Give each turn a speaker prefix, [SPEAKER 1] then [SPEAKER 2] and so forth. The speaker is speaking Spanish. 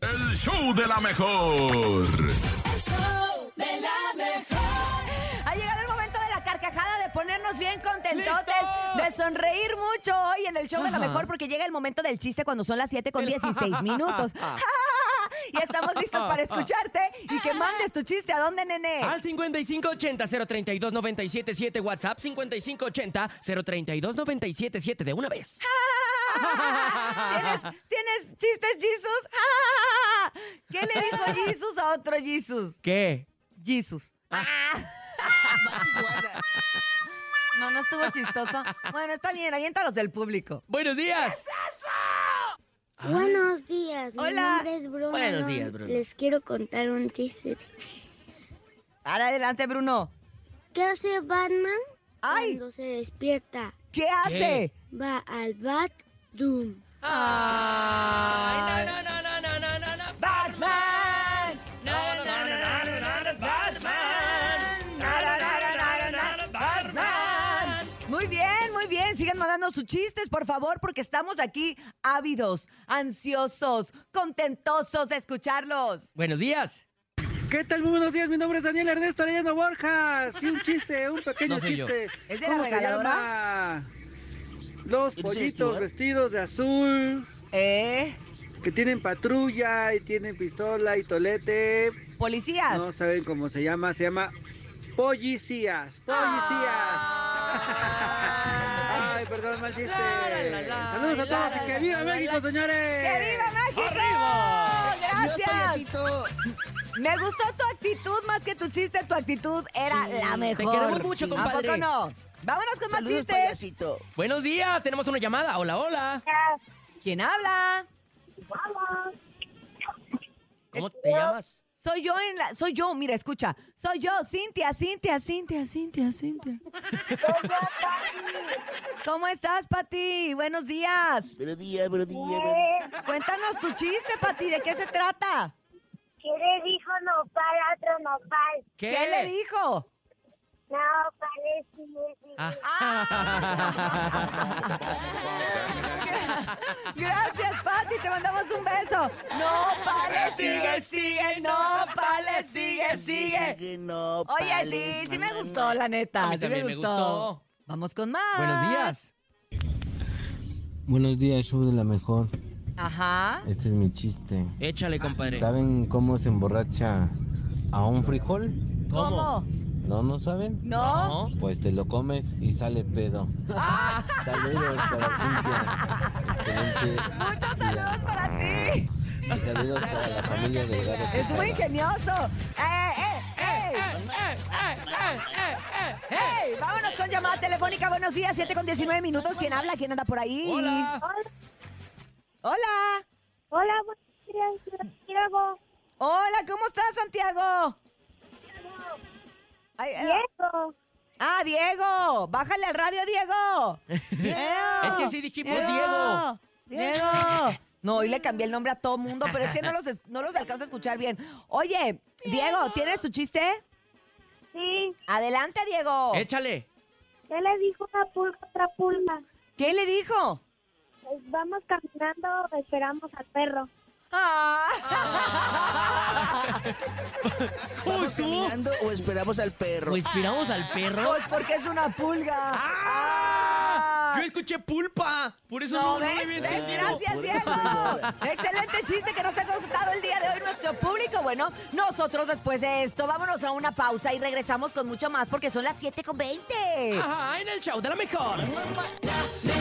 [SPEAKER 1] El show de la mejor.
[SPEAKER 2] Ha llegado el momento de la carcajada, de ponernos bien contentotes,
[SPEAKER 3] ¡Listos!
[SPEAKER 2] de sonreír mucho hoy en el show de la mejor, porque llega el momento del chiste cuando son las 7 con 16 minutos. y estamos listos para escucharte y que mandes tu chiste. ¿A dónde, nene?
[SPEAKER 3] Al 5580-032-977, WhatsApp 5580-032-977 de una vez.
[SPEAKER 2] ¿Tienes, tienes chistes, Jesus? ¿Qué le dijo Jesus a otro Jesus?
[SPEAKER 3] ¿Qué?
[SPEAKER 2] Jesus. Ah. No, no estuvo chistoso. Bueno, está bien, avienta los del público.
[SPEAKER 3] ¡Buenos días!
[SPEAKER 4] Buenos días, mi
[SPEAKER 2] Hola.
[SPEAKER 4] nombre es Bruno.
[SPEAKER 3] Buenos días, Bruno.
[SPEAKER 4] Les quiero contar un chiste.
[SPEAKER 2] Ahora adelante, Bruno.
[SPEAKER 4] ¿Qué hace Batman
[SPEAKER 2] ¡Ay!
[SPEAKER 4] cuando se despierta?
[SPEAKER 2] ¿Qué hace?
[SPEAKER 4] Va al Bat-Doom.
[SPEAKER 3] ¡Ay, no, no, no, no, no, no, no, no! ¡Batman! ¡No, no, no, no, no, no, no, no, Batman! ¡No, no, no, no, no, no, no, Batman!
[SPEAKER 2] Muy bien, muy bien. Sigan mandando sus chistes, por favor, porque estamos aquí ávidos, ansiosos, contentosos de escucharlos.
[SPEAKER 3] ¡Buenos días!
[SPEAKER 5] ¿Qué tal? Muy buenos días, mi nombre es Daniel Ernesto Arellano Borja. Sí, un chiste, un pequeño
[SPEAKER 3] No soy yo.
[SPEAKER 5] chiste.
[SPEAKER 2] ¿Es de la
[SPEAKER 5] ¿Cómo se
[SPEAKER 2] regaladora?
[SPEAKER 5] llama? Dos
[SPEAKER 3] ¿eh?
[SPEAKER 5] pollitos vestidos de azul
[SPEAKER 2] ¿Eh?
[SPEAKER 5] que tienen patrulla y tienen pistola y tolete.
[SPEAKER 2] Policías.
[SPEAKER 5] No saben cómo se llama, se llama Pollicías.
[SPEAKER 2] Ah.
[SPEAKER 5] Pollicías. Ay, perdón, mal chiste. Saludos a todos y que viva México, señores.
[SPEAKER 2] ¡Que viva México!
[SPEAKER 3] ¡Arriba!
[SPEAKER 2] ¡Gracias! Me gustó tu actitud más que tu chiste. Tu actitud era la mejor.
[SPEAKER 3] queremos mucho,
[SPEAKER 2] ¿A
[SPEAKER 3] compadre.
[SPEAKER 2] poco no? Vámonos con más chistes.
[SPEAKER 3] ¡Buenos días! Tenemos una llamada. Hola, hola.
[SPEAKER 2] ¿Quién habla?
[SPEAKER 3] ¿Cómo te llamas?
[SPEAKER 2] Soy yo en la... Soy yo, mira, escucha. Soy yo, Cintia, Cintia, Cintia, Cintia, Cintia. ¿Cómo estás, Pati? Buenos días.
[SPEAKER 6] Buenos días, buenos días, buenos días.
[SPEAKER 2] Cuéntanos tu chiste, Pati. ¿De qué se trata?
[SPEAKER 7] ¿Qué le dijo nopal a otro nopal?
[SPEAKER 2] ¿Qué, le dijo?
[SPEAKER 7] No, parece...
[SPEAKER 3] Ah.
[SPEAKER 2] Gracias, Pati. Te mandamos un beso. No, pale, sigue, sigue. No, pale, sigue, sigue.
[SPEAKER 6] no,
[SPEAKER 2] Oye,
[SPEAKER 6] pales,
[SPEAKER 2] sí, sí me
[SPEAKER 6] na, na,
[SPEAKER 2] gustó, la neta.
[SPEAKER 3] A mí
[SPEAKER 2] sí
[SPEAKER 3] también me gustó.
[SPEAKER 2] Vamos con más.
[SPEAKER 3] Buenos días.
[SPEAKER 8] Buenos días, show de la mejor.
[SPEAKER 2] Ajá.
[SPEAKER 8] Este es mi chiste.
[SPEAKER 3] Échale, compadre.
[SPEAKER 8] ¿Saben cómo se emborracha a un frijol?
[SPEAKER 2] ¿Cómo?
[SPEAKER 8] ¿No, no saben?
[SPEAKER 2] ¿No?
[SPEAKER 8] Pues te lo comes y sale pedo. Saludos para Cintia. Excelente
[SPEAKER 2] Muchos
[SPEAKER 8] día.
[SPEAKER 2] saludos para ti.
[SPEAKER 8] Y saludos para la familia de Gato
[SPEAKER 2] Es muy ingenioso. Eh, eh, eh. ¡Hey! Vámonos con llamada telefónica. Buenos días, 7 con 19 minutos. ¿Quién habla? ¿Quién anda por ahí?
[SPEAKER 3] Hola.
[SPEAKER 2] Hola.
[SPEAKER 7] Hola, buenos días, Santiago.
[SPEAKER 2] Hola, ¿cómo estás, Santiago? Ay, eh,
[SPEAKER 7] Diego.
[SPEAKER 2] Ah, Diego. Bájale al radio, Diego.
[SPEAKER 3] Es
[SPEAKER 2] Diego.
[SPEAKER 3] que sí dijimos Diego.
[SPEAKER 2] Diego. No, hoy le cambié el nombre a todo mundo, pero es que no los, es- no los alcanzo a escuchar bien. Oye, Diego, ¿tienes tu chiste?
[SPEAKER 7] Sí,
[SPEAKER 2] Adelante, Diego.
[SPEAKER 3] Échale.
[SPEAKER 7] ¿qué le dijo una pulga a otra pulga?
[SPEAKER 2] ¿Qué le dijo?
[SPEAKER 7] Pues vamos caminando, esperamos al perro.
[SPEAKER 2] Ah.
[SPEAKER 6] ¿Vamos caminando o esperamos al perro?
[SPEAKER 3] ¿O inspiramos al perro?
[SPEAKER 2] Pues porque es una pulga.
[SPEAKER 3] ¡Ah!
[SPEAKER 2] Ah.
[SPEAKER 3] Yo escuché pulpa. Por eso
[SPEAKER 2] No,
[SPEAKER 3] no, no,
[SPEAKER 2] ¿ves?
[SPEAKER 3] le había
[SPEAKER 2] ¿Ves?
[SPEAKER 3] entendido.
[SPEAKER 2] Gracias,
[SPEAKER 6] Por eso
[SPEAKER 2] Diego. Excelente chiste que nos ha contado el día de hoy nuestro público. Bueno, nosotros después de esto, vámonos a una pausa y
[SPEAKER 3] Ah,
[SPEAKER 2] regresamos con mucho más porque son las 7 con 20.
[SPEAKER 3] Ajá, en el show de la mejor.
[SPEAKER 6] Mamá, la